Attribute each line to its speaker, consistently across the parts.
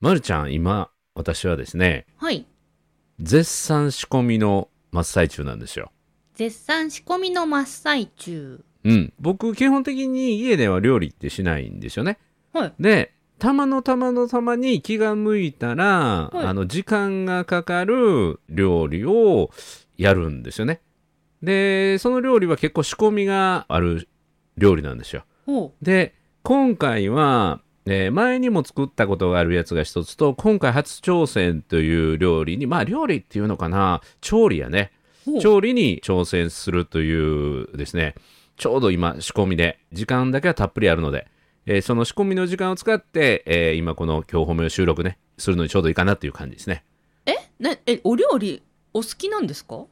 Speaker 1: まるちゃん、今、私はですね、
Speaker 2: はい。
Speaker 1: 絶賛仕込みの真っ最中なんですよ。
Speaker 2: 絶賛仕込みの真っ最中。
Speaker 1: うん。僕、基本的に家では料理ってしないんですよね。
Speaker 2: はい。
Speaker 1: で、たまのたまのたまに気が向いたら、
Speaker 2: はい
Speaker 1: あの、時間がかかる料理をやるんですよね。で、その料理は結構仕込みがある料理なんですよ。
Speaker 2: ほ
Speaker 1: で、今回は、えー前にも作ったことがあるやつが一つと、今回初挑戦という料理に、まあ料理っていうのかな、調理やね。
Speaker 2: う。ほう。
Speaker 1: 調理に挑戦するというですね、ちょうど今仕込みで、時間だけはたっぷりあるので、えーその仕込みの時間を使って、えー今この今日褒めを収録ね、するのにちょうどいいかなっていう感じですね。
Speaker 2: ね、え、お料理、お好きなんですか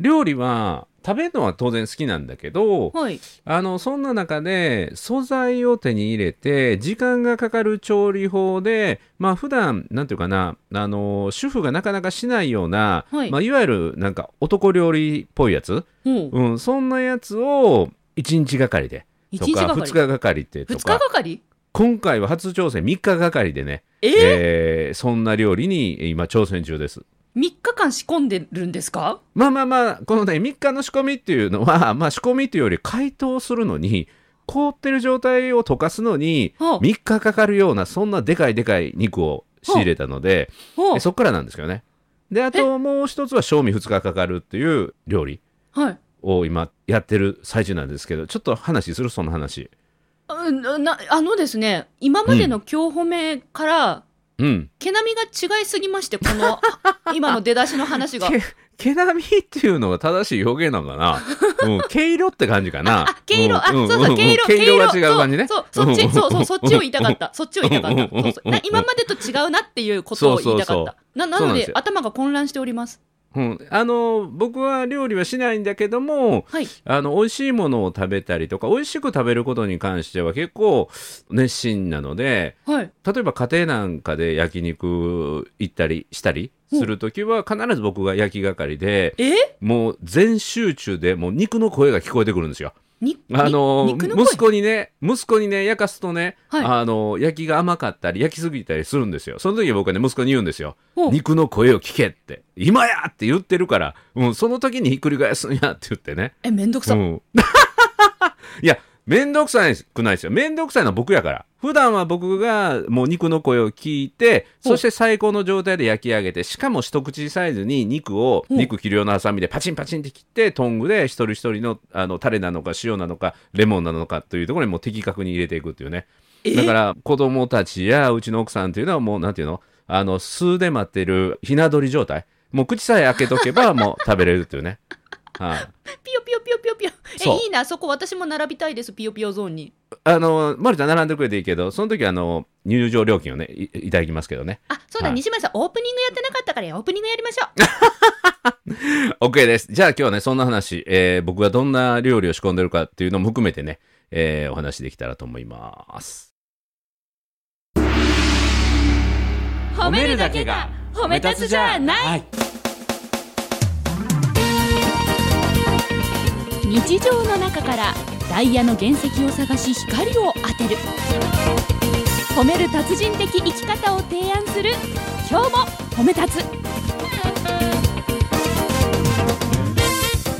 Speaker 1: 料理は、食べるのは当然好きなんだけど、
Speaker 2: はい。
Speaker 1: あの、そんな中で、素材を手に入れて、時間がかかる調理法で、まあ普段、なんていうかな、あの、主婦がなかなかしないような、
Speaker 2: はい
Speaker 1: まあいわゆるなんか男料理っぽいやつ、
Speaker 2: ほう。
Speaker 1: うん、そんなやつを1日がかりで
Speaker 2: 一
Speaker 1: と
Speaker 2: 日
Speaker 1: か
Speaker 2: がか
Speaker 1: 2
Speaker 2: り。
Speaker 1: 日がかりでと
Speaker 2: 二日
Speaker 1: か
Speaker 2: がかり
Speaker 1: 今回は初挑戦3日がかりでね、
Speaker 2: えー、
Speaker 1: えーそんな料理に今挑戦中です。
Speaker 2: 三日間仕込んでるんですか
Speaker 1: まあまあまあこのね3日の仕込みっていうのは、 まあ、仕込みというより解凍するのに凍ってる状態を溶かすのに
Speaker 2: ほう。
Speaker 1: 3日かかるようなそんなでかいでかい肉を仕入れたので
Speaker 2: ほう
Speaker 1: で。そっからなんですけどね。であともう一つは賞味2日かかるっていう料理
Speaker 2: はい。
Speaker 1: を今やってる最中なんですけどちょっと話するその話。
Speaker 2: あななあのですね、今までの今日褒めから、
Speaker 1: うん、
Speaker 2: 毛並みが違いすぎまして、こ の、今の出だしの話が。
Speaker 1: け毛並みっていうのが正しい表現なのかな、うん、毛色って感じかな
Speaker 2: あ、毛色、あ、
Speaker 1: ん
Speaker 2: そうんそう、
Speaker 1: ん
Speaker 2: 毛色、
Speaker 1: 毛色が違う感じね
Speaker 2: そう、そうそっち、そうそう、そっちを言いたか
Speaker 1: っ
Speaker 2: った。そっちを言いたかった。そうそうな今までと違うなっていうことを言いたか
Speaker 1: そうそ
Speaker 2: っ
Speaker 1: う
Speaker 2: た。な、な
Speaker 1: そうな
Speaker 2: の
Speaker 1: んです
Speaker 2: で
Speaker 1: よ、
Speaker 2: 頭が混乱しております。
Speaker 1: た、うん、あの僕は料理はしないんだけども
Speaker 2: はい。
Speaker 1: あの美味しいものを食べたりとか美味しく食べることに関しては結構熱心なので
Speaker 2: はい。
Speaker 1: 例えば家庭なんかで焼肉行ったりしたりするときは必ず僕が焼き係で
Speaker 2: え
Speaker 1: もう全集中でもう肉の声が聞こえてくるんですよ。
Speaker 2: に、
Speaker 1: あの
Speaker 2: に肉の声
Speaker 1: 息子にね息子にね焼かすとね、
Speaker 2: はい
Speaker 1: あの焼きが甘かったり焼きすぎたりするんですよその時は僕はね息子に言うんですよ
Speaker 2: ほう
Speaker 1: 肉の声を聞けって今やって言ってるから、うん、その時にひっくり返すんやって言ってね、
Speaker 2: え、めんどく
Speaker 1: う
Speaker 2: さ。
Speaker 1: ん、 いや面倒くさいくないですよ面倒くさいのは僕やから普段は僕がもう肉の声を聞いて
Speaker 2: ほ
Speaker 1: そ
Speaker 2: う
Speaker 1: して最高の状態で焼き上げてしかも一口サイズに肉を
Speaker 2: ほう
Speaker 1: 肉切るようなハサミでパチンパチンって切ってトングで一人一人のあのタレなのか塩なのかレモンなのかというところにもう的確に入れていくっていうね
Speaker 2: え
Speaker 1: だから子供たちやうちの奥さんっていうのはもうなんていうのあの素で待ってるひな鳥状態もう口さえ開けとけばもう食べれるっていうね。はい
Speaker 2: ピヨピヨピヨピヨピヨ。
Speaker 1: そう
Speaker 2: え、いいな、そこ私も並びたいです、ピヨピヨゾーンに。
Speaker 1: あの、まるちゃん並んでくれていいけど、その時はあの、入場料金をね、いいただきますけどね。
Speaker 2: あ、そうだ、
Speaker 1: はい
Speaker 2: 西村さん、オープニングやってなかったから、オープニングやりましょう。
Speaker 1: OK です。じゃあ今日はね、そんな話、えー僕がどんな料理を仕込んでるかっていうのも含めてね、えーお話できたらと思います。
Speaker 2: 褒
Speaker 1: い
Speaker 2: 日常の中からダイヤの原石を探し光を当てる褒める達人的生き方を提案する今日も褒め立つ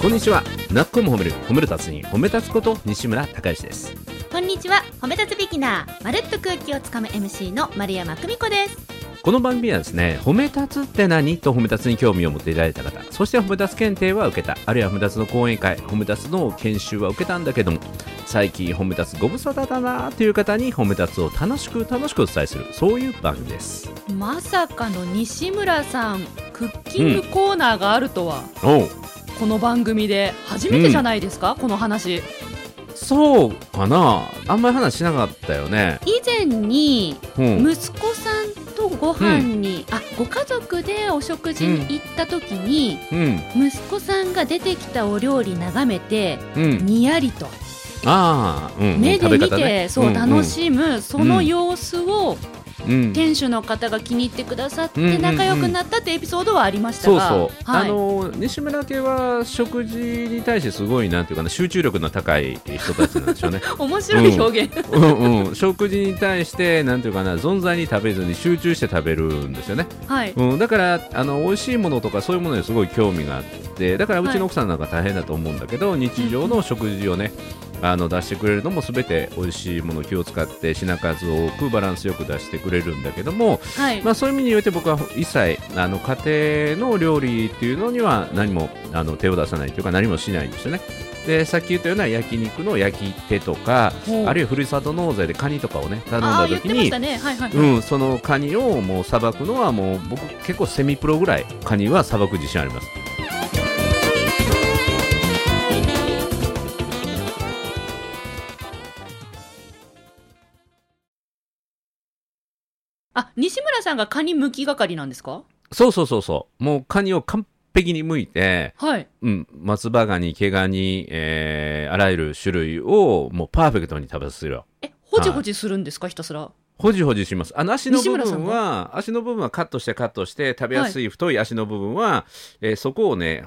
Speaker 1: こんにちは。なっこも褒める、褒める達人、褒め立つこと西村孝之です。
Speaker 2: こんにちは褒め立つビギナーまるっと空気をつかむ MC の丸山久美子です
Speaker 1: この番組はですね、褒め立つって何と褒め立つに興味を持っていられた方、そして褒め立つ検定は受けた、あるいは褒め立つの講演会、褒め立つの研修は受けたんだけども、最近褒め立つご無沙汰だなという方に褒め立つを楽しく楽しくお伝えする、そういう番組です。
Speaker 2: まさかの西村さんクッキングコーナーがあるとは、
Speaker 1: おう
Speaker 2: この番組で初めてじゃないですか、この話
Speaker 1: そうかなあんまり話しなかったよね。
Speaker 2: 以前に
Speaker 1: うん。
Speaker 2: 息子さんとご飯に、あご家族でお食事に行った時に、
Speaker 1: うん。
Speaker 2: 息子さんが出てきたお料理眺めて
Speaker 1: うん。
Speaker 2: にやりと
Speaker 1: ああ、うん。
Speaker 2: 目で
Speaker 1: 食べ
Speaker 2: 見
Speaker 1: 方
Speaker 2: て、
Speaker 1: ね
Speaker 2: そう、楽
Speaker 1: い。
Speaker 2: しむその様子を
Speaker 1: うん
Speaker 2: 店主の方が気に入ってくださっ
Speaker 1: うんうんう
Speaker 2: て
Speaker 1: ん
Speaker 2: 仲良くなったってエピソードはありました
Speaker 1: そう
Speaker 2: が、
Speaker 1: そう、
Speaker 2: は
Speaker 1: あ
Speaker 2: い、
Speaker 1: の西村家は食事に対してすごいなんていうかな集中力の高い人たちなんでしょうね
Speaker 2: 面白い表現、
Speaker 1: うん、うん、食事に対してなんていうかな存在に食べずに集中して食べるんですよね、
Speaker 2: はい、
Speaker 1: うん、だからあの美味しいものとかそういうものにすごい興味があってだからう
Speaker 2: は
Speaker 1: ち
Speaker 2: い
Speaker 1: の奥さんなんか大変だと思うんだけど、日常の食事をねあの出してくれるのも全て美味しいものを気を使って品数を多くバランスよく出してくれるんだけども、
Speaker 2: はい、
Speaker 1: まあ、そういう意味において僕は一切あの家庭の料理っていうのには何もあの手を出さないというか何もしないんですよね。でさっき言ったような焼肉の焼き手とか
Speaker 2: ほう
Speaker 1: あるいはふるさと納税でカニとかをね頼ん
Speaker 2: あ
Speaker 1: だ
Speaker 2: あ言っ
Speaker 1: 時
Speaker 2: てまし
Speaker 1: に
Speaker 2: たねはいはい、はい
Speaker 1: うん、そのカニをもうさばくのはもう僕結構セミプロぐらいカニはさばく自信あります。
Speaker 2: あ西村さんがカニ剥き係なんですか
Speaker 1: そうそうそうそう。もうカニを完璧に剥いて、
Speaker 2: はい
Speaker 1: うん、松葉ガニ、毛ガニ、えー、あらゆる種類をもうパーフェクトに食べさせるよ。
Speaker 2: えほじほじするんですか、ひたすら
Speaker 1: ほじほじします。あの足の部
Speaker 2: 西
Speaker 1: 分
Speaker 2: 村
Speaker 1: は、足の部分はカットしてカットして、食べやすい太い足の部分は、えーそこをね、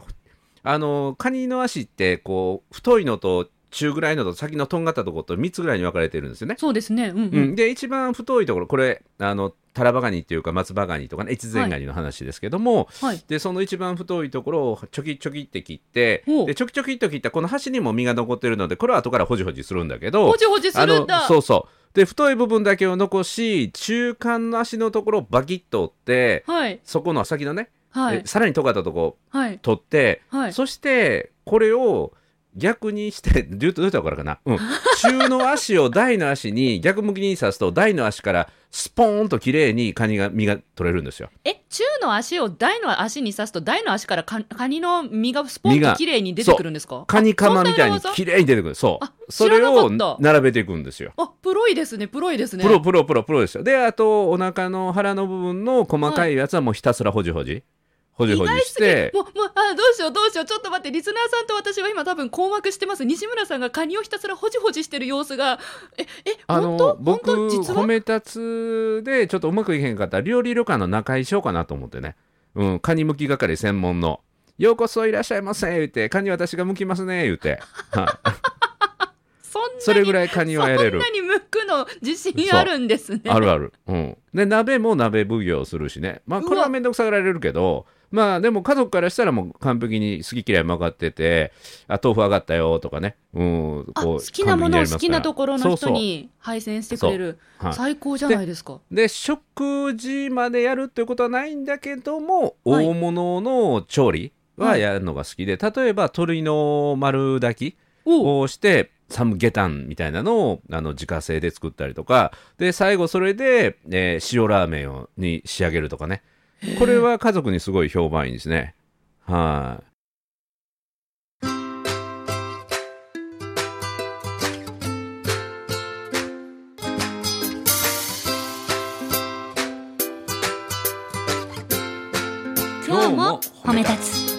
Speaker 1: あのー、カニの足って、こう、太いのと中ぐらいのと先のとんがったところと3つぐらいに分かれてるんですよね。
Speaker 2: そうですねうんうん、
Speaker 1: うん、で一番太いところこれあのタラバガニっていうか松葉ガニとかね越前ガニの話ですけども、
Speaker 2: はい
Speaker 1: でその一番太いところをちょきちょきって切って
Speaker 2: ほう
Speaker 1: でちょきちょきっと切ったこの箸にも身が残ってるのでこれは後からほじほじするんだけど
Speaker 2: ほじほ じするん
Speaker 1: あ
Speaker 2: だ
Speaker 1: のそうそうで太い部分だけを残し中間の足のところをバキッと折って
Speaker 2: はい
Speaker 1: そこの先のね、
Speaker 2: はい
Speaker 1: でさらに尖ったとこ
Speaker 2: はい
Speaker 1: 取って、
Speaker 2: はい
Speaker 1: そしてこれを逆にして どうどうやったら分かるかな、 うん、中の足を大の足に逆向きに刺すと大の足からスポーンと綺麗にカニが身が取れるんですよ
Speaker 2: え中の足を大の足に刺すと大の足からカカニの身がスポン
Speaker 1: 身
Speaker 2: と
Speaker 1: が
Speaker 2: 綺麗に出てくるんですか
Speaker 1: カニカマみたいに
Speaker 2: あそんな技
Speaker 1: 綺麗に出てくるそ
Speaker 2: あ
Speaker 1: うそれを
Speaker 2: 知らなかった
Speaker 1: 並べていくんですよ
Speaker 2: あプロいですねプロいですね
Speaker 1: プロプロプロプロですよであとお腹の腹の部分の細かいやつはもうひたすらほじほじほじほじして
Speaker 2: もうもうあどうしようどうしようちょっと待ってリスナーさんと私は今多分困惑してます西村さんがカニをひたすらほじほじしてる様子がええ
Speaker 1: あ
Speaker 2: 本当
Speaker 1: の
Speaker 2: 本
Speaker 1: 僕
Speaker 2: 当実は
Speaker 1: 褒め立つでちょっとうまくいけへんかったら料理旅館の仲居しようかなと思ってね、うん、カニむき係専門の「ようこそいらっしゃいませ」言うて「カニ私がむきますね」言うて、はい
Speaker 2: そんなに
Speaker 1: それぐらいカニはやれる
Speaker 2: そんなにむくの自信あるんですね
Speaker 1: あるある、うん、で鍋も鍋奉行するしねまあこれ
Speaker 2: う
Speaker 1: は
Speaker 2: わ
Speaker 1: 面倒くさがられるけどまあでも家族からしたらもう完璧に好き嫌い曲がってて「あ豆腐上がったよ」とかね、うん、
Speaker 2: あ
Speaker 1: こ
Speaker 2: 好
Speaker 1: う
Speaker 2: きなもの
Speaker 1: 完璧にやり
Speaker 2: を
Speaker 1: ますから
Speaker 2: 好きなところ
Speaker 1: そ
Speaker 2: の
Speaker 1: うそう
Speaker 2: 人に配膳してくれる
Speaker 1: はい
Speaker 2: 最高じゃないですか
Speaker 1: で食事までやるっていうことはないんだけども、
Speaker 2: はい
Speaker 1: 大物の調理はやるのが好きで、例えば鶏の丸炊き
Speaker 2: おう
Speaker 1: をしてサムゲタンみたいなのをあの自家製で作ったりとかで最後それで、えー塩ラーメンをに仕上げるとかねこれは家族にすごい評判いいですねはい、
Speaker 2: 今日も褒め立つ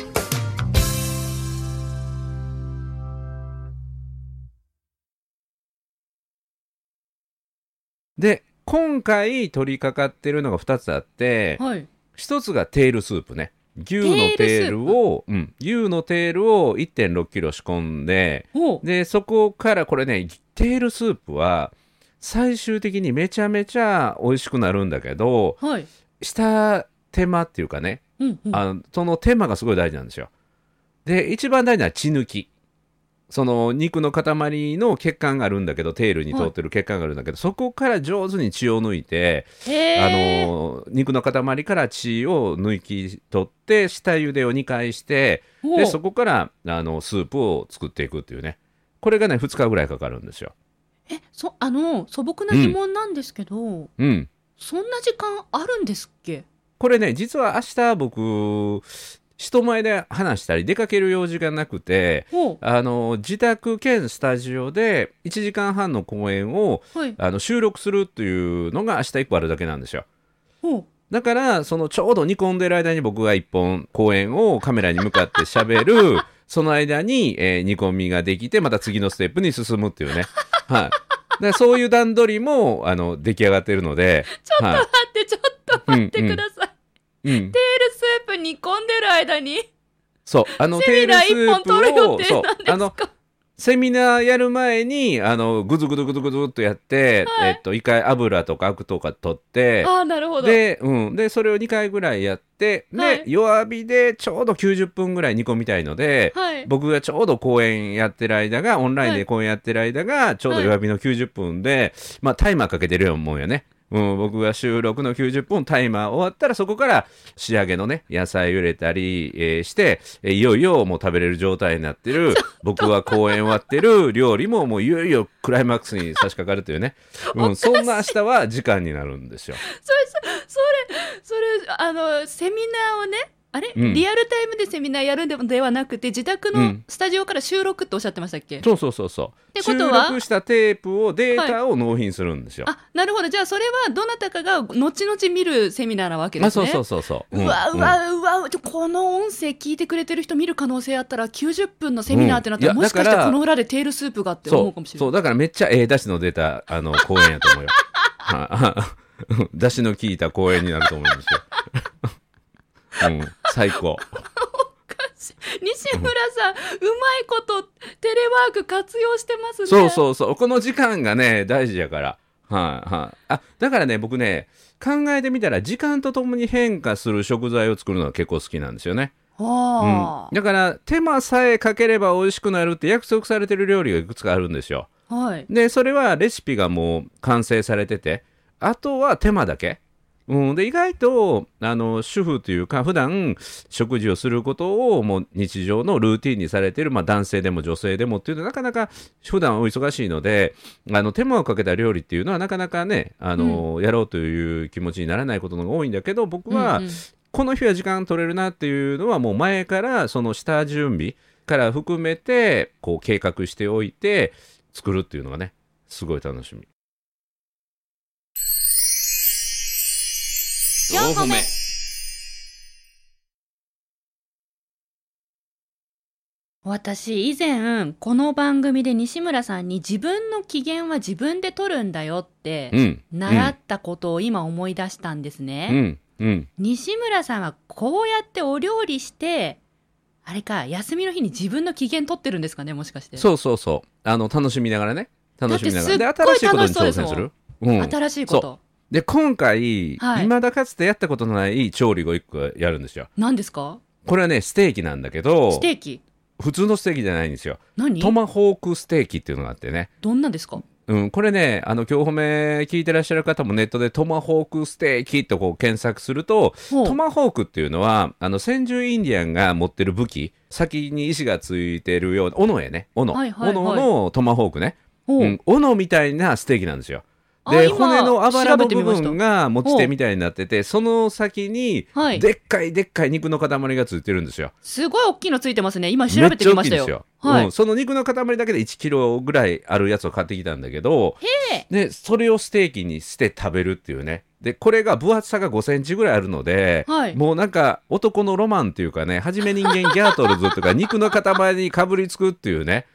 Speaker 1: で今回取り掛かってるのが2つあって、
Speaker 2: はい
Speaker 1: 一つがテールスープね牛のテールをうん、牛のテールを1 6キロ仕込んで
Speaker 2: おう
Speaker 1: でそこからこれねテールスープは最終的にめちゃめちゃ美味しくなるんだけど
Speaker 2: はい
Speaker 1: 下手間っていうかね
Speaker 2: うんうん
Speaker 1: あのその手間がすごい大事なんですよで一番大事なのは血抜きその肉の塊の血管があるんだけどテールに通ってる血管があるんだけど、そこから上手に血を抜いてあ
Speaker 2: へー
Speaker 1: の肉の塊から血を抜き取って下茹でを2回して
Speaker 2: おう
Speaker 1: でそこからあのスープを作っていくっていうねこれがね2日ぐらいかかるんですよ。
Speaker 2: えそあの素朴な疑問なんですけど、
Speaker 1: うん、
Speaker 2: そんな時間あるんですっけ
Speaker 1: これね実は明日僕人前で話したり出かける用事がなくて
Speaker 2: お
Speaker 1: あの自宅兼スタジオで1時間半の公演を
Speaker 2: はい
Speaker 1: あの収録するっていうのが明日1個あるだけなんですよ。
Speaker 2: お
Speaker 1: だからそのちょうど煮込んでる間に僕が一本公演をカメラに向かって喋る その間に、えー煮込みができてまた次のステップに進むっていうね、はい、でそういう段取りもあの出来上がっているので、
Speaker 2: ちょっと
Speaker 1: は
Speaker 2: 待
Speaker 1: い
Speaker 2: って、ちょっと待ってください。
Speaker 1: うん、
Speaker 2: テールスープ煮込んでる間に、
Speaker 1: そうあの
Speaker 2: セミナー一本取る予
Speaker 1: テールスープ
Speaker 2: 定な
Speaker 1: を
Speaker 2: んで
Speaker 1: そうあ
Speaker 2: す
Speaker 1: の
Speaker 2: か
Speaker 1: セミナーやる前にあのぐずぐずぐずぐずっとやって、
Speaker 2: はい
Speaker 1: えっと一回油とかアクとか取って
Speaker 2: ああ、なるほど。
Speaker 1: で,、うん、でそれを2回ぐらいやってで、
Speaker 2: はい
Speaker 1: 弱火でちょうど90分ぐらい煮込みたいので、
Speaker 2: はい。
Speaker 1: 僕がちょうど公演やってる間がオンラインで公演やってる間がちょうど弱火の90分で、まあタイマーかけてるようなもんよね。うん、僕が収録の90分タイマー終わったらそこから仕上げのね野菜入れたり、えーしてえーいよいよもう食べれる状態になってる 僕は公演終わってる料理ももういよいよクライマックスに差し掛かるというね、うん、そんな明日は時間になるんですよ。
Speaker 2: それ、そそれ、それ、あの、セミナーをね、あれ、
Speaker 1: うん
Speaker 2: リアルタイムでセミナーやるんではなくて、自宅
Speaker 1: う
Speaker 2: の
Speaker 1: ん
Speaker 2: スタジオから収録っておっしゃってましたっけ、
Speaker 1: そうそうそうそう。
Speaker 2: てことは
Speaker 1: 収録したテープをデータを納品するんですよ。
Speaker 2: あ、なるほど。じゃあ、それは、どなたかが、後々見るセミナーなわけ
Speaker 1: あ
Speaker 2: です
Speaker 1: そ
Speaker 2: ね。
Speaker 1: うそうそうそう。ん
Speaker 2: うわうんわうわちょこの音声聞いてくれてる人見る可能性あったら90分のセミナーってなったら、
Speaker 1: うんいや
Speaker 2: もしかした
Speaker 1: だ
Speaker 2: ら
Speaker 1: から
Speaker 2: この裏でテールスープがって思うかもしれな
Speaker 1: そ
Speaker 2: いう
Speaker 1: だからめっちゃええだしの出たあの公演やと思うよ。 はいだしの効いた公演になると思うんですよ。 うん、最高。
Speaker 2: おかしい西村さん、うまいことテレワーク活用してますね
Speaker 1: そう
Speaker 2: う
Speaker 1: そうそう。この時間がね、大事やから。はい、はい。あ、だからね、僕ね、考えてみたら、時間とともに変化する食材を作るのが結構好きなんですよね。うん
Speaker 2: は。
Speaker 1: だから、手間さえかければ美味しくなるって約束されてる料理がいくつかあるんですよ。
Speaker 2: あ、はい
Speaker 1: でそれはレシピがもう完成されててあとは手間だけ、うん、で意外とあの主婦というか普段食事をすることをもう日常のルーティンにされてる、まあ、男性でも女性でもっていうのはなかなか普段お忙しいのであの手間をかけた料理っていうのはなかなかねあの、やろうという気持ちにならないことの方が多いんだけど僕は、
Speaker 2: うんうん
Speaker 1: この日は時間取れるなっていうのはもう前からその下準備から含めてこう計画しておいて作るっていうのがねすごい楽しみ
Speaker 3: 4個目
Speaker 2: 私以前この番組で西村さんに自分の機嫌は自分で取るんだよって
Speaker 1: うん
Speaker 2: 習ったことを今思い出したんですね、
Speaker 1: うんうん
Speaker 2: 西村さんはこうやってお料理してあれか休みの日に自分の機嫌取ってるんですかねもしかして
Speaker 1: そうそうそうあの楽しみながらね楽しみながら
Speaker 2: だって
Speaker 1: 新し
Speaker 2: す
Speaker 1: い
Speaker 2: っ
Speaker 1: こ
Speaker 2: ご
Speaker 1: とに挑
Speaker 2: い楽し
Speaker 1: 戦
Speaker 2: そうですすもん
Speaker 1: るうん、
Speaker 2: 新しいこと
Speaker 1: で今回、
Speaker 2: はい
Speaker 1: 未だかつてやったことのない調理を一個やるんですよ
Speaker 2: 何ですか
Speaker 1: これはねステーキなんだけど
Speaker 2: ステーキ
Speaker 1: 普通のステーキじゃないんですよ
Speaker 2: 何
Speaker 1: トマホークステーキっていうのがあってね
Speaker 2: どんなんですか
Speaker 1: うん、これね、あの、今日褒め聞いてらっしゃる方もネットでトマホークステーキとこう検索すると、
Speaker 2: ほう
Speaker 1: トマホークっていうのは、あの、先住インディアンが持ってる武器、先に石がついてるような、斧やね、斧。
Speaker 2: はいはいはい
Speaker 1: 斧のトマホークね。
Speaker 2: ほう
Speaker 1: うん、斧みたいなステーキなんですよ。
Speaker 2: あ
Speaker 1: で、
Speaker 2: 今
Speaker 1: 骨のあばらの
Speaker 2: 調べて
Speaker 1: 部
Speaker 2: みました
Speaker 1: 分が持ち手みたいになってて、その先に、
Speaker 2: はい
Speaker 1: でっかいでっかい肉の塊がついてるんですよ。
Speaker 2: すごい大きいのついてますね今調べてみましたよ
Speaker 1: めっちゃ大きいんですよ、
Speaker 2: はい、
Speaker 1: うん、その肉の塊だけで1キロぐらいあるやつを買ってきたんだけど
Speaker 2: へ
Speaker 1: でそれをステーキにして食べるっていうねでこれが分厚さが5センチぐらいあるので、
Speaker 2: はい
Speaker 1: もうなんか男のロマンっていうかね初め人間ギャートルズ とか肉の塊にかぶりつくっていうね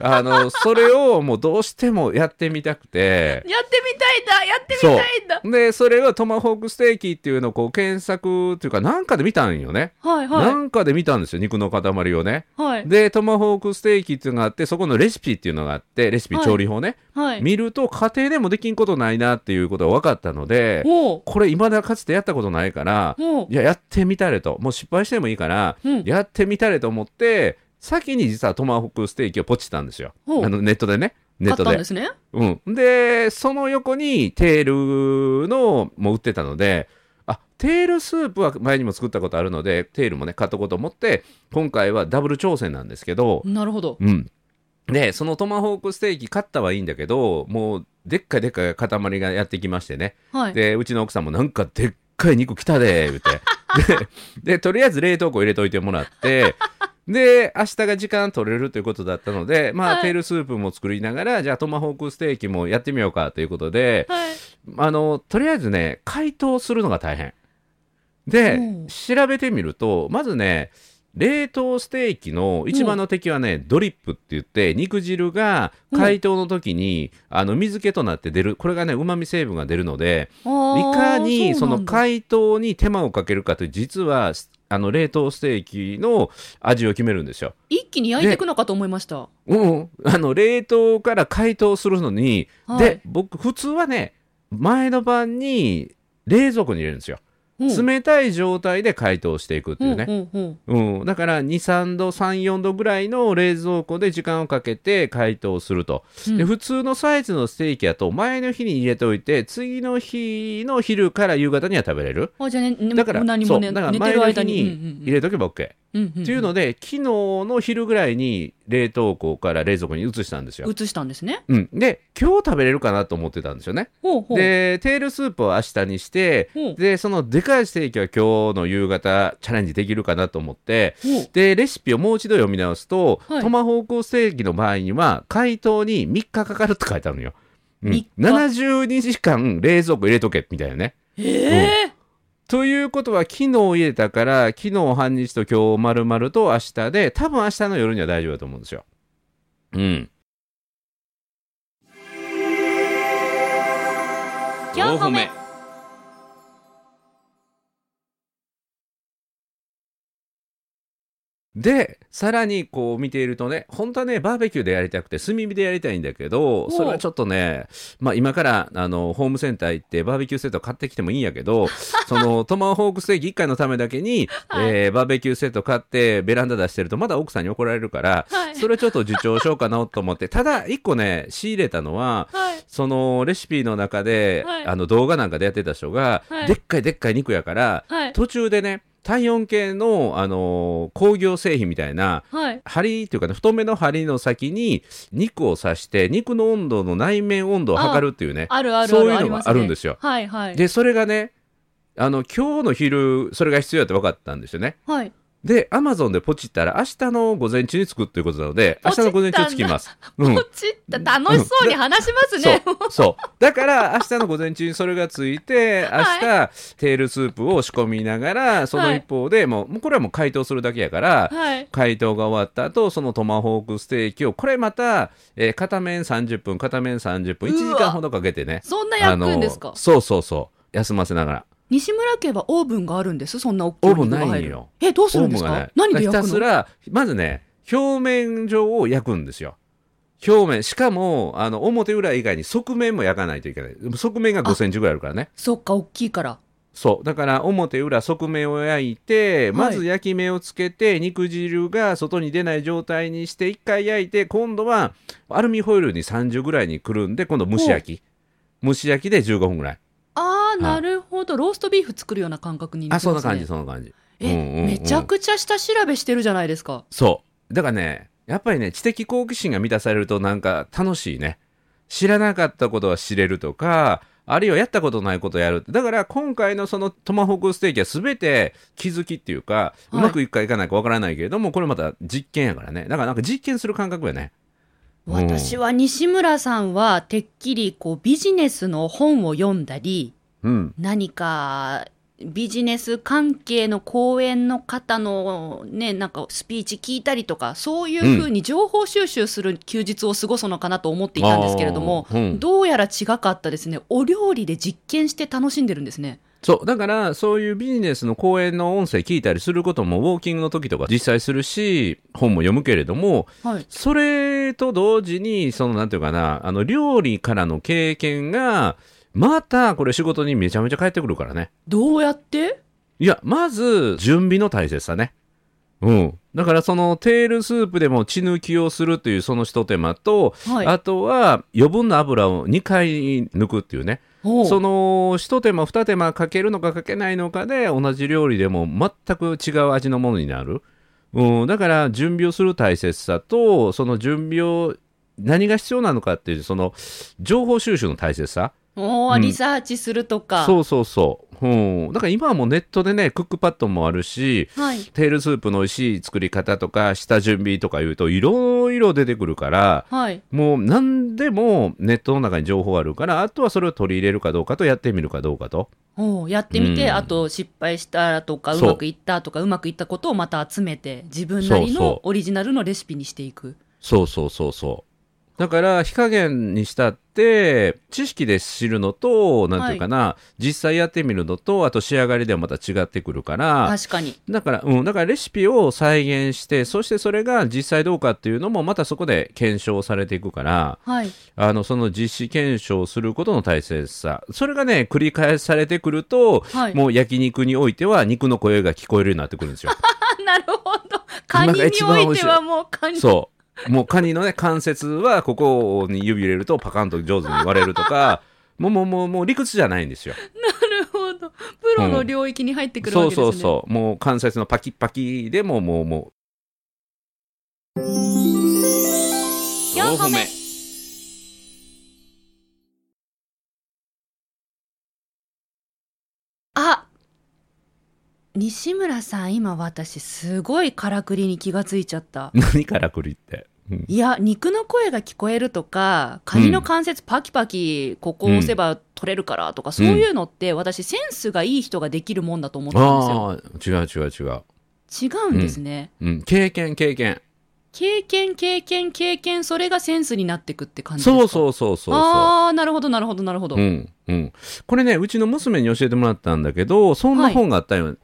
Speaker 1: あのそれをもうどうしてもやってみたくて。
Speaker 2: やってみたいんだやってみたいんだ
Speaker 1: でそれをトマホークステーキっていうのをこう検索っていうかなんかで見たんよね、
Speaker 2: はいは
Speaker 1: なんかで見たんですよ肉の塊をね、
Speaker 2: いはい
Speaker 1: でトマホークステーキっていうのがあってそこのレシピっていうのがあってレシピ
Speaker 2: はい
Speaker 1: 調理法ね、
Speaker 2: はい
Speaker 1: 見ると家庭でもできんことないなっていうことが分かったので
Speaker 2: ほ
Speaker 1: これ未だかつてやったことないから
Speaker 2: うほう
Speaker 1: いややってみたれともう失敗してもいいから、
Speaker 2: うん
Speaker 1: やってみたれと思って先に実はトマホークステーキをポチったんですよ
Speaker 2: ほう
Speaker 1: あのネットでねネ
Speaker 2: 買
Speaker 1: ッ
Speaker 2: っ
Speaker 1: ト
Speaker 2: たん
Speaker 1: で
Speaker 2: ですね
Speaker 1: うん、でその横にテールのも売ってたのであテールスープは前にも作ったことあるのでテールもね買っとこうと思って今回はダブル挑戦なんですけど、
Speaker 2: なるほど
Speaker 1: うん、でそのトマホークステーキ買ったはいいんだけどもうでっかいでっかい塊がやってきましてね
Speaker 2: は い
Speaker 1: でうちの奥さんもなんかでっかい肉来たで言うてででとりあえず冷凍庫入れといてもらってで明日が時間取れるということだったのでまあ、
Speaker 2: はい
Speaker 1: テールスープも作りながらじゃあトマホークステーキもやってみようかということで
Speaker 2: はい
Speaker 1: あのとりあえずね解凍するのが大変で
Speaker 2: うん
Speaker 1: 調べてみるとまずね冷凍ステーキの一番の敵はね、ドリップって言って肉汁が解凍の時に、あの水気となって出るこれがねうまみ成分が出るのでいかにその
Speaker 2: い
Speaker 1: 解凍に手間をかけるかという実はあの冷凍ステーキの味を決めるんですよ。
Speaker 2: 一気に焼いていくのかと思いました。
Speaker 1: うん、あの冷凍から解凍するのに、
Speaker 2: はい
Speaker 1: で、僕普通はね前の晩に冷蔵庫に入れるんですよ。冷たい状態で解凍していくっていうね。
Speaker 2: うんうんうん
Speaker 1: うん、だから23度34度ぐらいの冷蔵庫で時間をかけて解凍すると、
Speaker 2: うん
Speaker 1: で普通のサイズのステーキだと前の日に入れておいて次の日の昼から夕方には食べれる
Speaker 2: あじゃあね、ね
Speaker 1: だから
Speaker 2: 何もね、
Speaker 1: そうだから
Speaker 2: 寝てる間に
Speaker 1: 前の日に入れとけば OK、
Speaker 2: うんうんうん
Speaker 1: っていうので昨日の昼ぐらいに冷凍庫から冷蔵庫に移したんですよ、
Speaker 2: 移したんですね。
Speaker 1: うん、で今日食べれるかなと思ってたんですよね
Speaker 2: ほうほう。
Speaker 1: でテールスープを明日にして
Speaker 2: ほう
Speaker 1: でそのでかいステーキは今日の夕方チャレンジできるかなと思って
Speaker 2: ほう
Speaker 1: でレシピをもう一度読み直すと、
Speaker 2: はい
Speaker 1: トマホークステーキの場合には解凍に3日かかるって書いてあるのよ、うん
Speaker 2: 三日
Speaker 1: 72時間冷蔵庫入れとけみたいなね
Speaker 2: ええ
Speaker 1: ということは昨日入れたから昨日半日と今日丸々と明日で多分明日の夜には大丈夫だと思うんですようん
Speaker 3: 今日褒め
Speaker 1: でさらにこう見ているとね本当はねバーベキューでやりたくて炭火でやりたいんだけどそれはちょっとね、まあ、今からあのホームセンター行ってバーベキューセット買ってきてもいいんやけどそのトマホークステーキ1回のためだけに、えーバーベキューセット買ってベランダ出してるとまだ奥さんに怒られるから、
Speaker 2: はい
Speaker 1: それちょっと受長しようかなと思ってただ1個ね仕入れたのは
Speaker 2: はい。
Speaker 1: そのレシピの中で、
Speaker 2: はい
Speaker 1: あの動画なんかでやってた人が、
Speaker 2: はい
Speaker 1: でっかいでっかい肉やから、
Speaker 2: はい。
Speaker 1: 途中でね体温計の、あのー工業製品みたいな
Speaker 2: はい。
Speaker 1: 針というかね太めの針の先に肉を刺して肉の温度の内面温度を測るっていうね
Speaker 2: あるあるある
Speaker 1: そういう
Speaker 2: り
Speaker 1: の
Speaker 2: ま
Speaker 1: があるんですよ。
Speaker 2: ね。はいはい。
Speaker 1: でそれがねあの今日の昼それが必要だって分かったんですよね。
Speaker 2: はい。
Speaker 1: でアマゾンでポチったら明日の午前中に作くということなので明日の午前中つきます。うん
Speaker 2: ポチった楽しそうに話しますね。
Speaker 1: そうそうだから明日の午前中にそれがついて明日、テールスープを仕込みながらその一方で、もうもうこれはもう解凍するだけやから、
Speaker 2: はい。
Speaker 1: 解凍が終わった後そのトマホークステーキをこれまた、えー片面30分片面30分1時間ほどかけてね
Speaker 2: そんな焼くんですか。
Speaker 1: そうそうそう休ませながら
Speaker 2: 西村家はオーブンがあるんです。そんな大きい
Speaker 1: オー
Speaker 2: お
Speaker 1: ブン
Speaker 2: 肉が
Speaker 1: ない
Speaker 2: 入る
Speaker 1: んよ
Speaker 2: え、どうす
Speaker 1: オー
Speaker 2: るんで
Speaker 1: ブ
Speaker 2: す
Speaker 1: ン
Speaker 2: か。
Speaker 1: がない
Speaker 2: 何で焼くの。
Speaker 1: ひたすらまずね表面上を焼くんですよ表面しかもあの表裏以外に側面も焼かないといけない側面が5センチぐらいあるからね
Speaker 2: そっか、大きいから。
Speaker 1: そうだから表裏側面を焼いて
Speaker 2: い
Speaker 1: まず焼き目をつけて、肉汁が外に出ない状態にして一回焼いて今度はアルミホイルに30ぐらいにくるんで今度蒸し焼き蒸し焼きで15分ぐらい、
Speaker 2: あー、
Speaker 1: はい
Speaker 2: なるほど。ローストビーフ作るような感覚になりま
Speaker 1: あ
Speaker 2: す
Speaker 1: そ
Speaker 2: ね。
Speaker 1: んな感じそんな感じ
Speaker 2: え、
Speaker 1: うんうんうん
Speaker 2: めちゃくちゃ下調べしてるじゃないですか。
Speaker 1: そうだからねやっぱりね知的好奇心が満たされるとなんか楽しいね知らなかったことは知れるとかあるいはやったことないことやるだから今回のそのトマホークステーキは全て気づきっていうか、
Speaker 2: はいう
Speaker 1: まくいくかいかないかわからないけれどもこれまた実験やからねだからなんか実験する感覚やねうん
Speaker 2: 私は西村さんは、てっきりこうビジネスの本を読んだり、
Speaker 1: うん
Speaker 2: 何かビジネス関係の講演の方のね、なんかスピーチ聞いたりとか、そういうふうに情報収集する休日を過ごすのかなと思っていたんですけれども、
Speaker 1: あーうん
Speaker 2: どうやら違かったですね。お料理で実験して楽しんでるんですね。
Speaker 1: そうだからそういうビジネスの講演の音声聞いたりすることもウォーキングの時とか実際するし本も読むけれども
Speaker 2: はい。
Speaker 1: それと同時に、その、なんていうかな、あの、料理からの経験が、また、これ仕事にめちゃめちゃ返ってくるからね。
Speaker 2: どうやって
Speaker 1: いや、まず、準備の大切さね。うん。だから、その、テールスープでも血抜きをするというその一手間と、
Speaker 2: はい。
Speaker 1: あとは、余分な油を2回抜くっていうね。
Speaker 2: おう
Speaker 1: その、一手間、二手間かけるのかかけないのかで、同じ料理でも全く違う味のものになる。うん、だから、準備をする大切さと、その準備を、何が必要なのかっていう、その、情報収集の大切さ。
Speaker 2: おー
Speaker 1: うん
Speaker 2: リサーチするとか。
Speaker 1: そうそうそう、うん、だから今はもうネットでねクックパッドもあるし
Speaker 2: はい。
Speaker 1: テールスープの美味しい作り方とか下準備とかいうといろいろ出てくるから
Speaker 2: はい。
Speaker 1: もう何でもネットの中に情報があるからあとはそれを取り入れるかどうかとやってみるかどうかと
Speaker 2: おーやってみて、
Speaker 1: うん
Speaker 2: あと失敗したとか、う
Speaker 1: そう
Speaker 2: まくいったとか、うまくいったことをまた集めて、自分なり
Speaker 1: そう
Speaker 2: の
Speaker 1: そう
Speaker 2: オリジナルのレシピにしていく。
Speaker 1: そうそうそうそうだから火加減にしたって知識で知るのと何ていうかな、実際やってみるのとあと仕上がりではまた違ってくるから
Speaker 2: 確かに。
Speaker 1: だから、うん、だからレシピを再現して、そしてそれが実際どうかっていうのも、またそこで検証されていくから、
Speaker 2: はい。
Speaker 1: あの、その実施検証することの大切さ。それがね、繰り返されてくると、
Speaker 2: はい。
Speaker 1: もう焼肉においては肉の声が聞こえるようになってくるんですよ。
Speaker 2: あなるほど。カニにおいてはもうカニ。
Speaker 1: そう。もうカニのね、関節はここに指入れるとパカンと上手に割れると か、もうもうもうもう理屈じゃないんですよ。
Speaker 2: なるほど。プロの領域に入ってくる
Speaker 1: そ
Speaker 2: わけ
Speaker 1: う
Speaker 2: ですね。
Speaker 1: そうそう。もう関節のパキッパキでももうもう。
Speaker 3: 4歩目
Speaker 2: あ西村さん、今私、すごいからくりに気がついちゃった。
Speaker 1: 何からくりって。うん
Speaker 2: いや、肉の声が聞こえるとか、カニの関節パキパキ、ここを押せば取れるからとか、そういうのって、私、センスがいい人ができるもんだと思ってたんですよ。
Speaker 1: ああ違う違う違う、
Speaker 2: 違うんですね。
Speaker 1: うん、経験経験
Speaker 2: 経験、経験、経験、それがセンスになってくって感じですか
Speaker 1: そうそうそうそうそ
Speaker 2: ああ、なるほど、なるほど、なるほど。
Speaker 1: ううんうんこれねうちの娘に教えてもらったんだけどそんな本があったよ、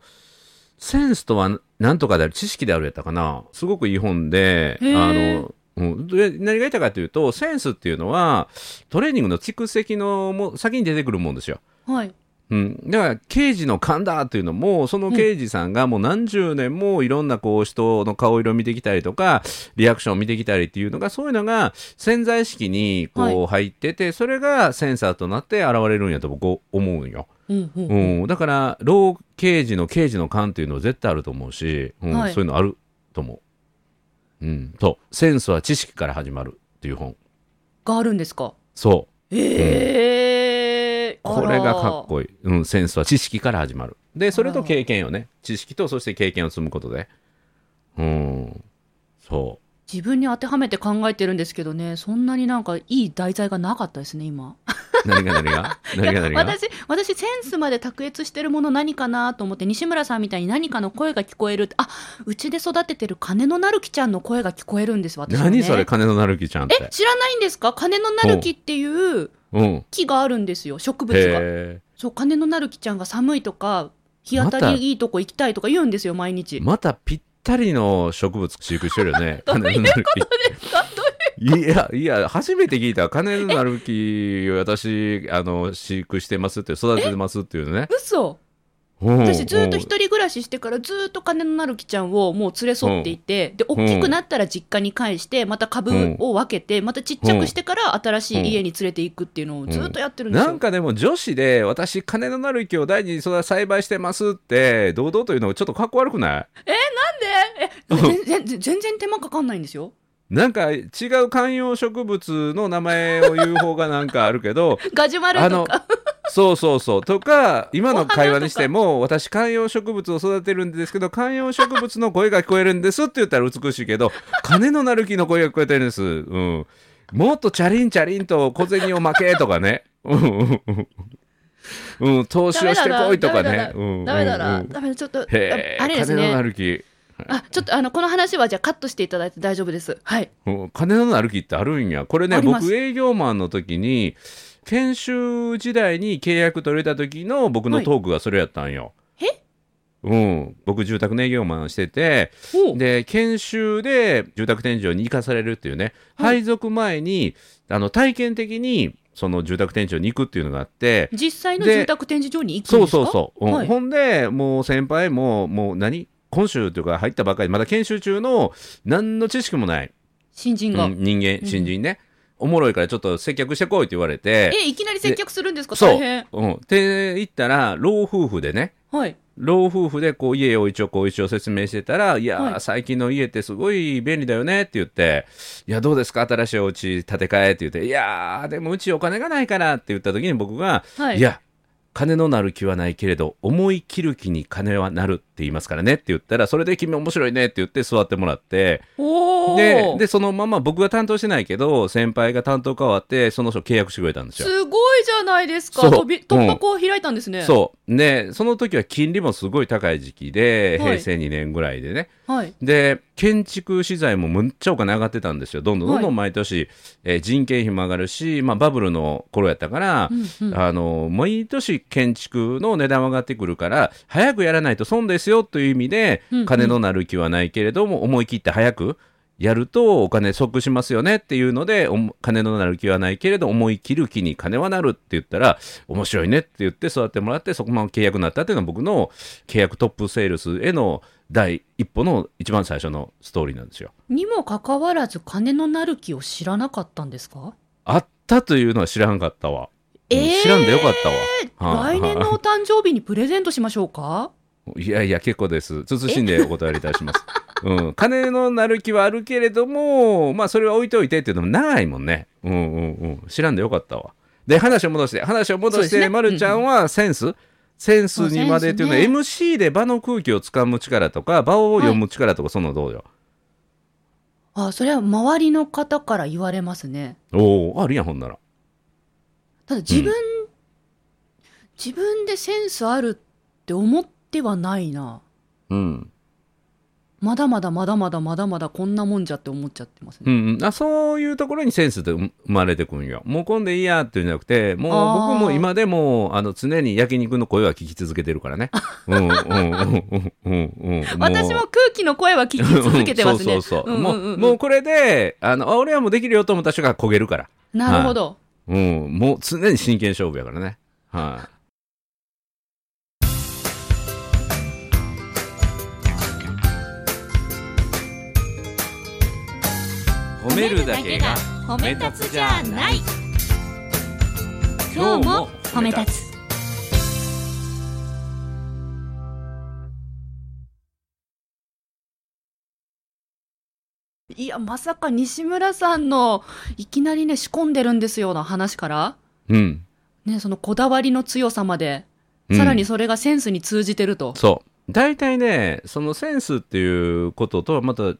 Speaker 1: センスとはなんとかである知識であるやったかなすごくいい本で
Speaker 2: へ
Speaker 1: あ
Speaker 2: ー
Speaker 1: のうん、で何が言いたいかというとセンスっていうのはトレーニングの蓄積のも先に出てくるもんですよ。
Speaker 2: はい。
Speaker 1: うん、だから刑事の勘だっていうのもその刑事さんがもう何十年もいろんなこう人の顔色を見てきたりとかリアクションを見てきたりっていうのがそういうのが潜在意識にこう入ってて、それがセンサーとなって現れるんやと僕思うんよ、
Speaker 2: うんうん
Speaker 1: う
Speaker 2: うん
Speaker 1: ん、だから老刑事の刑事の勘っていうのは絶対あると思うし、うん
Speaker 2: はい
Speaker 1: そういうのあると思う、うん、そうセンスは知識から始まるっていう本
Speaker 2: があるんですか
Speaker 1: そう
Speaker 2: ええー
Speaker 1: これがかっ
Speaker 2: いい。
Speaker 1: こいい、うん、センスは知識から始まるでそれ
Speaker 2: あ
Speaker 1: と
Speaker 2: ら
Speaker 1: 経験よね知識とそして経験を積むことでうんそ
Speaker 2: 自分に当てはめて考えてるんですけどね、そんなになんかいい題材がなかったですね、今。
Speaker 1: う何が何 が何が何が
Speaker 2: 私、私、センスまで卓越してるもの何かなと思って、西村さんみたいに何かの声が聞こえる。あ、うちで育ててる金のなるきちゃんの声が聞こえるんです、私、ね。
Speaker 1: 何それ金のなるきちゃんって
Speaker 2: え、知らないんですか金のなるきっていう
Speaker 1: うん
Speaker 2: 木があるんですよ、植物が。
Speaker 1: へえ
Speaker 2: そう、金のなるきちゃんが寒いとか、日当た
Speaker 1: また
Speaker 2: りいいとこ行きたいとか言うんですよ、毎日。
Speaker 1: またぴったりの植物飼育してるよね
Speaker 2: どう
Speaker 1: 金のなる
Speaker 2: かど
Speaker 1: きいやいや初めて聞いた金のなるき私あの飼育してますって育ててますっていうね
Speaker 2: 嘘私
Speaker 1: 私
Speaker 2: ずっと一人暮らししてからずっと金のなるきちゃんをもう連れ添っていて、で大きくなったら実家に返してまた株を分けてまたちっちゃくしてから新しい家に連れていくっていうのをずっとやってるんですよ、
Speaker 1: なんかでも女子で私金のなる木を大事に育て栽培してますって堂々というのちょっとかっこ悪くない
Speaker 2: なんでえ全然全然手間かかんないんですよ
Speaker 1: なんか違う観葉植物の名前を言う方がなんかあるけど
Speaker 2: ガジュマルとか
Speaker 1: そうそうそうとか今の会話にしても私観葉植物を育てるんですけど観葉植物の声が聞こえるんですって言ったら美しいけど金のなる木の声が聞こえてるんです、うん、もっとチャリンチャリンと小銭を負けとかね。うんうんうんうん、投資をしてこいとかね。うん
Speaker 2: ダメだ
Speaker 1: う
Speaker 2: なん
Speaker 1: うん
Speaker 2: ダメだちょっとあ
Speaker 1: へえ、
Speaker 2: あれです
Speaker 1: 金のな
Speaker 2: ね
Speaker 1: る木。
Speaker 2: あちょっとあのこの話はじゃあカットしていただいて大丈夫ですはい
Speaker 1: うん金のなる木ってあるんや。これね、
Speaker 2: あります
Speaker 1: 僕営業マンの時に、研修時代に契約取れた時の僕のトークがそれやったんよ。
Speaker 2: はいえ
Speaker 1: うん、僕住宅の営業マンしてて
Speaker 2: おう
Speaker 1: で研修で住宅天井に行かされるっていうね
Speaker 2: はい
Speaker 1: 配属前にあの体験的にその住宅天井に行くっていうのがあって
Speaker 2: 実際の
Speaker 1: で
Speaker 2: 住宅展示場に行くん
Speaker 1: そう
Speaker 2: ですか
Speaker 1: そうそう、うん
Speaker 2: はい
Speaker 1: ほんでもう先輩ももう何今週というか入ったばっかりまだ研修中の何の知識もない、
Speaker 2: 新人
Speaker 1: う
Speaker 2: が、
Speaker 1: ん人間
Speaker 2: うん
Speaker 1: 新人ね、おもろいからちょっと接客してこいって言われて
Speaker 2: えいきなり接客するんですか
Speaker 1: そ
Speaker 2: 大
Speaker 1: う
Speaker 2: 変、
Speaker 1: うん、って言ったら老夫婦でね
Speaker 2: はい
Speaker 1: 老夫婦でこう家を一応こう一応説明してたら、いやー、
Speaker 2: はい
Speaker 1: 最近の家ってすごい便利だよねって言って、いや、どうですか新しいお家建て替えって言って、いやー、でもうちお金がないからって言った時に僕が、
Speaker 2: はい
Speaker 1: いや、金のなる気はないけれど、思い切る気に金はなるって言いますからねって言ったら、それで君面白いねって言って座ってもらって、
Speaker 2: おお
Speaker 1: で、で、そのまま僕が担当してないけど、先輩が担当変わって、その人契約してくれたんですよ。
Speaker 2: すごいじゃないですか
Speaker 1: そう
Speaker 2: 飛び突
Speaker 1: うん
Speaker 2: 破口を開いたんですね、
Speaker 1: そう。で、その時は金利もすごい高い時期で、
Speaker 2: はい
Speaker 1: 平成2年ぐらいでね。
Speaker 2: はい
Speaker 1: で、建築資材もむっちゃお金上がってたんですよ。どんどんどんど
Speaker 2: は
Speaker 1: ん毎年、えー人件費も上がるし、まあバブルの頃やったから、
Speaker 2: うんうん
Speaker 1: あの、毎年建築の値段は上がってくるから、早くやらないと損ですよという意味で
Speaker 2: うんうん、
Speaker 1: 金のなる気はないけれども、思い切って早くやるとお金即しますよねっていうので、おも金のなる気はないけれど、思い切る気に金はなるって言ったら、面白いねって言って育ってもらって、そこまで契約になったっていうのは僕の契約トップセールスへの第一歩の一番最初のストーリーなんですよ。
Speaker 2: にもかかわらず金のなる木を知らなかったんですか
Speaker 1: あったというのは知らんかったわ。知らんでよかったわ。はあ
Speaker 2: 来年のお誕生日にプレゼントしましょう か
Speaker 1: いやいや、結構です。慎んでお断りいたします。 うん、金のなる気はあるけれども、まあ、それは置いといてっていうのも長いもんね。うんうんうん。知らんでよかったわ。で、話を戻して、話を戻
Speaker 2: そう
Speaker 1: し
Speaker 2: です
Speaker 1: て、
Speaker 2: ね
Speaker 1: まるちゃんはセンス、センスにまでっていうのは、
Speaker 2: そうセ
Speaker 1: MC で場の空気をつかむ力とか、場を読む力とか、そのどうよ。
Speaker 2: あそれは周りの方から言われますね
Speaker 1: おお、あるやん、ほんなら。
Speaker 2: ただ自分、自分でセンスあるって思ってはないな
Speaker 1: うん。
Speaker 2: まだまだまだまだまだまだこんなもんじゃって思っちゃってますね、
Speaker 1: うんうん、あそういうところにセンスって生まれてくんよ。もうこんでいいやっていうんじゃなくて、も
Speaker 2: あー
Speaker 1: う僕も今でもあの常に焼肉の声は聞き続けてるから ね。うんうんうんうんうんうん。
Speaker 2: 私も空気の声は聞き続けてます ね
Speaker 1: そうそうそう。
Speaker 2: ん
Speaker 1: も
Speaker 2: んん
Speaker 1: う、
Speaker 2: ん
Speaker 1: もうこれで、あの、あ俺はもうできるよと思った人が焦げるから。
Speaker 2: なるほど、
Speaker 1: うん、もう常に真剣勝負やからね。はい、褒めるだけが
Speaker 3: 褒
Speaker 1: め立つじゃない
Speaker 3: 今日も褒め立つ
Speaker 2: いやまさか西村さんのいきなりね仕込んでるんですよな話から
Speaker 1: うん。
Speaker 2: ねそのこだわりの強さまで、
Speaker 1: うん
Speaker 2: さらにそれがセンスに通じてると
Speaker 1: そう。大体ね、そのセンスっていうこととはまた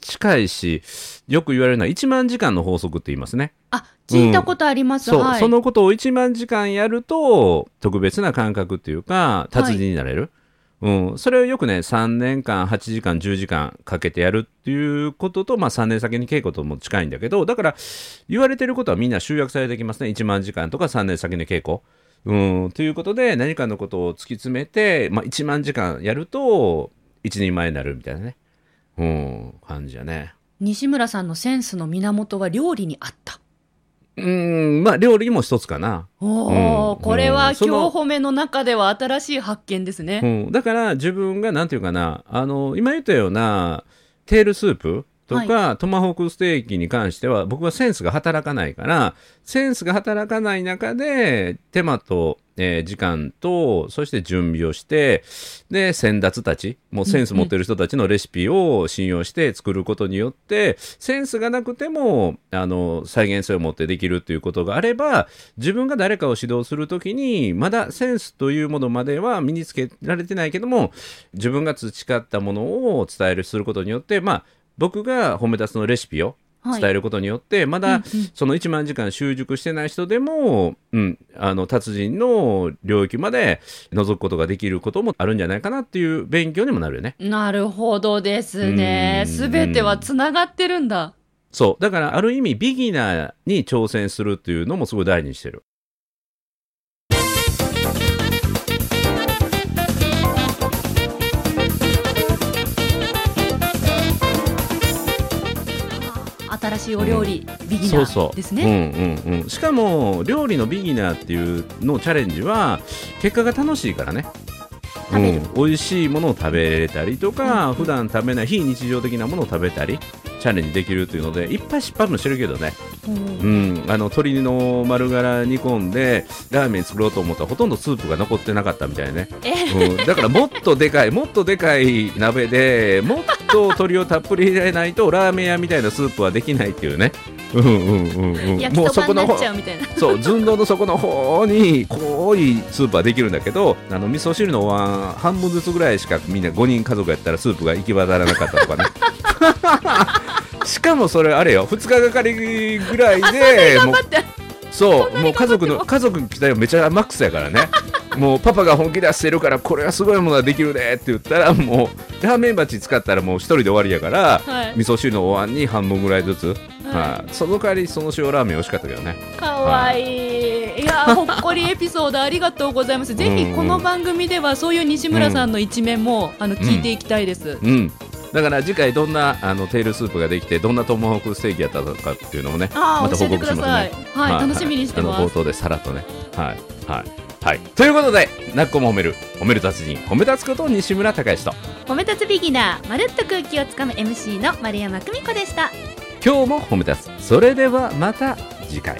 Speaker 1: 近いし、よく言われるのは1万時間の法則って言いますね。
Speaker 2: あ聞いたことあります、
Speaker 1: そう、
Speaker 2: はい
Speaker 1: そのことを1万時間やると、特別な感覚っていうか、達人になれる。うん、それをよくね、3年間、8時間、10時間かけてやるっていうことと、まあ3年先に稽古とも近いんだけど、だから言われてることはみんな集約されてきますね。1万時間とか3年先の稽古。うん、ということで、何かのことを突き詰めて、まあ1万時間やると、一人前になるみたいなね。うん、感じやね。
Speaker 2: 西村さんのセンスの源は料理にあった
Speaker 1: うん、まあ料理も一つかな。
Speaker 2: おお、
Speaker 1: うん
Speaker 2: これ
Speaker 1: う
Speaker 2: は
Speaker 1: んそ
Speaker 2: 今
Speaker 1: の
Speaker 2: 日褒めの中では新しい発見ですね、
Speaker 1: うん、だから自分がなんていうかなあの今言ったようなテールスープとか、トマホークステーキに関しては僕はセンスが働かないからセンスが働かない中で手間と、えー時間とそして準備をしてで先達たちもうセンス持ってる人たちのレシピを信用して作ることによってセンスがなくてもあの再現性を持ってできるということがあれば自分が誰かを指導するときにまだセンスというものまでは身につけられてないけども自分が培ったものを伝えるすることによってまあ僕が褒め立つのレシピを
Speaker 2: はい
Speaker 1: 伝えることによって、まだその1万時間習熟してない人でも、うん、あの達人の領域まで覗くことができることもあるんじゃないかなっていう勉強にもなるよね。
Speaker 2: なるほどですね
Speaker 1: うん
Speaker 2: すべてはつながってるんだ
Speaker 1: そうだからある意味ビギナーに挑戦するっていうのもすごい大事にしてる。
Speaker 2: 新しいお料理、ビギ
Speaker 1: そ
Speaker 2: ナ
Speaker 1: うそ
Speaker 2: ー
Speaker 1: う
Speaker 2: ですね
Speaker 1: うんうんうん、しかも料理のビギナーっていうのをチャレンジは結果が楽しいからね。
Speaker 2: 食べる
Speaker 1: うん、美味しいものを食べれたりとか、普段食べない非日常的なものを食べたりチャレンジできるというのでいっぱい失敗もしてるけどね、うん、あの鶏の丸柄煮込んでラーメン作ろうと思ったらほとんどスープが残ってなかったみたいなね、うん、だからもっとでかいもっとでかい鍋でもっと鶏をたっぷり入れないとラーメン屋みたいなスープはできないっていうね、うんうんうんうん、
Speaker 2: 焼き
Speaker 1: もう
Speaker 2: そ
Speaker 1: そ
Speaker 2: ば
Speaker 1: こ
Speaker 2: に
Speaker 1: の
Speaker 2: な
Speaker 1: 方
Speaker 2: っちゃうみたいな。
Speaker 1: そう寸胴の底の方に濃いスープはできるんだけどあの味噌汁のお椀半分ずつぐらいしかみんな5人家族やったらスープが行き渡らなかった とかねしかもそれあれよ2日がかりぐらいでもう
Speaker 2: って
Speaker 1: そうもう家族の家族の期待はめちゃマックスやからねもうパパが本気出してるからこれはすごいものができるねって言ったらもうラーメン鉢使ったらもう一人で終わりやから
Speaker 2: はい。
Speaker 1: 味噌汁のお椀に半分ぐらいずつ、
Speaker 2: は
Speaker 1: はいその代わりその塩ラーメン美味しかったけどね
Speaker 2: かわいい。いや、ほっこりエピソードありがとうございます。ぜひこの番組ではそういう西村さんの一面も、あの聞いていきたいです。
Speaker 1: うん、だから次回どんなあのテールスープができてどんなトモホークステーキやったのかっていうのもね
Speaker 2: ああ、
Speaker 1: また
Speaker 2: 教
Speaker 1: 報
Speaker 2: えて
Speaker 1: 告
Speaker 2: く
Speaker 1: し
Speaker 2: だ
Speaker 1: ま
Speaker 2: さ
Speaker 1: す
Speaker 2: い
Speaker 1: ね。
Speaker 2: はい、楽しみにして
Speaker 1: あの
Speaker 2: ま
Speaker 1: 冒
Speaker 2: す。
Speaker 1: 頭でさらっとねはいはいはいということでなっこも褒める褒める達人褒め立つこと西村隆之と
Speaker 3: 褒め立つビギナーまるっと空気をつかむ MC の丸山久美子でした
Speaker 1: 今日も褒め立つそれではまた次回